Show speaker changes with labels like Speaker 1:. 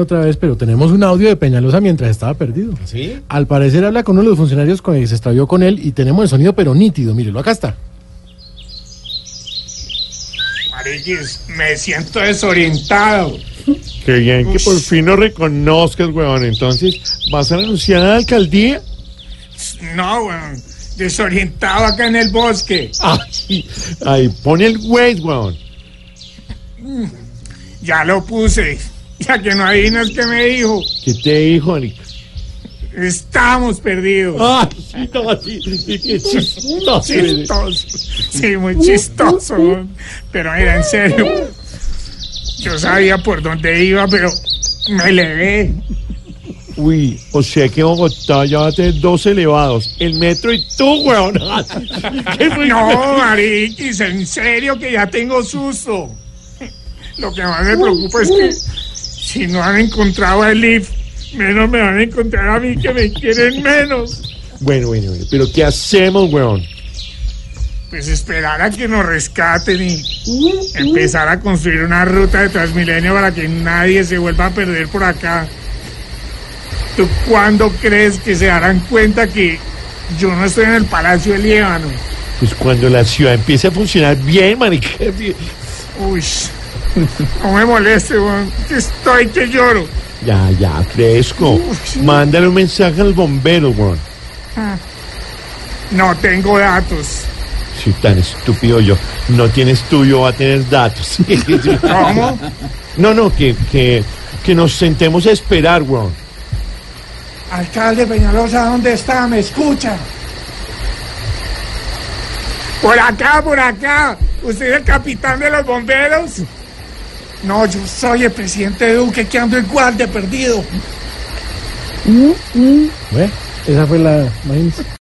Speaker 1: otra vez, pero tenemos un audio de Peñalosa mientras estaba perdido.
Speaker 2: ¿Sí?
Speaker 1: Al parecer habla con uno de los funcionarios con el que se extravió con él y tenemos el sonido pero nítido, mírelo, acá está.
Speaker 3: Mariguis, me siento desorientado.
Speaker 4: Qué bien que por fin lo reconozcas, huevón. Entonces, ¿vas a renunciar a la alcaldía?
Speaker 3: No, weón, desorientado acá en el bosque.
Speaker 4: Ay, ay, pon el güey, huevón.
Speaker 3: Ya lo puse. Ya que no adivinas qué me dijo.
Speaker 4: ¿Qué te dijo, Nico?
Speaker 3: Estamos perdidos.
Speaker 1: Ah,
Speaker 4: Ay, sí, no, sí, sí, qué chistoso eres.
Speaker 3: Chistoso. Sí, muy chistoso. weón. Pero mira, en serio. Yo sabía por dónde iba, pero me levé.
Speaker 4: Uy, o sea que Bogotá ya va a tener dos elevados. El metro y tú, huevón. ¿Qué fue?
Speaker 3: No, Mariquis, en serio que ya tengo susto. Lo que más me preocupa es que si no han encontrado a Elif, menos me van a encontrar a mí que me quieren menos.
Speaker 4: Bueno, bueno, bueno. ¿Pero qué hacemos, huevón?
Speaker 3: Pues esperar a que nos rescaten y empezar a construir una ruta de Transmilenio para que nadie se vuelva a perder por acá. ¿Tú cuándo crees que se darán cuenta que yo no estoy en el Palacio de Líbano?
Speaker 4: Pues cuando la ciudad empiece a funcionar bien, marica.
Speaker 3: Uy, no me moleste, weón, que estoy que lloro.
Speaker 4: Ya, ya, fresco. Mándale un mensaje al bombero, weón.
Speaker 3: No tengo datos.
Speaker 4: Si tan estúpido yo. No tienes tuyo, va a tener datos.
Speaker 3: ¿Cómo?
Speaker 4: no, no, que, que, que nos sentemos a esperar, weón.
Speaker 3: Alcalde Peñalosa, ¿dónde está? ¿Me escucha? Por acá, por acá. ¿Usted es el capitán de los bomberos? No, yo soy el presidente Duque que ando igual de perdido.
Speaker 1: Bueno, esa fue la... imagínense.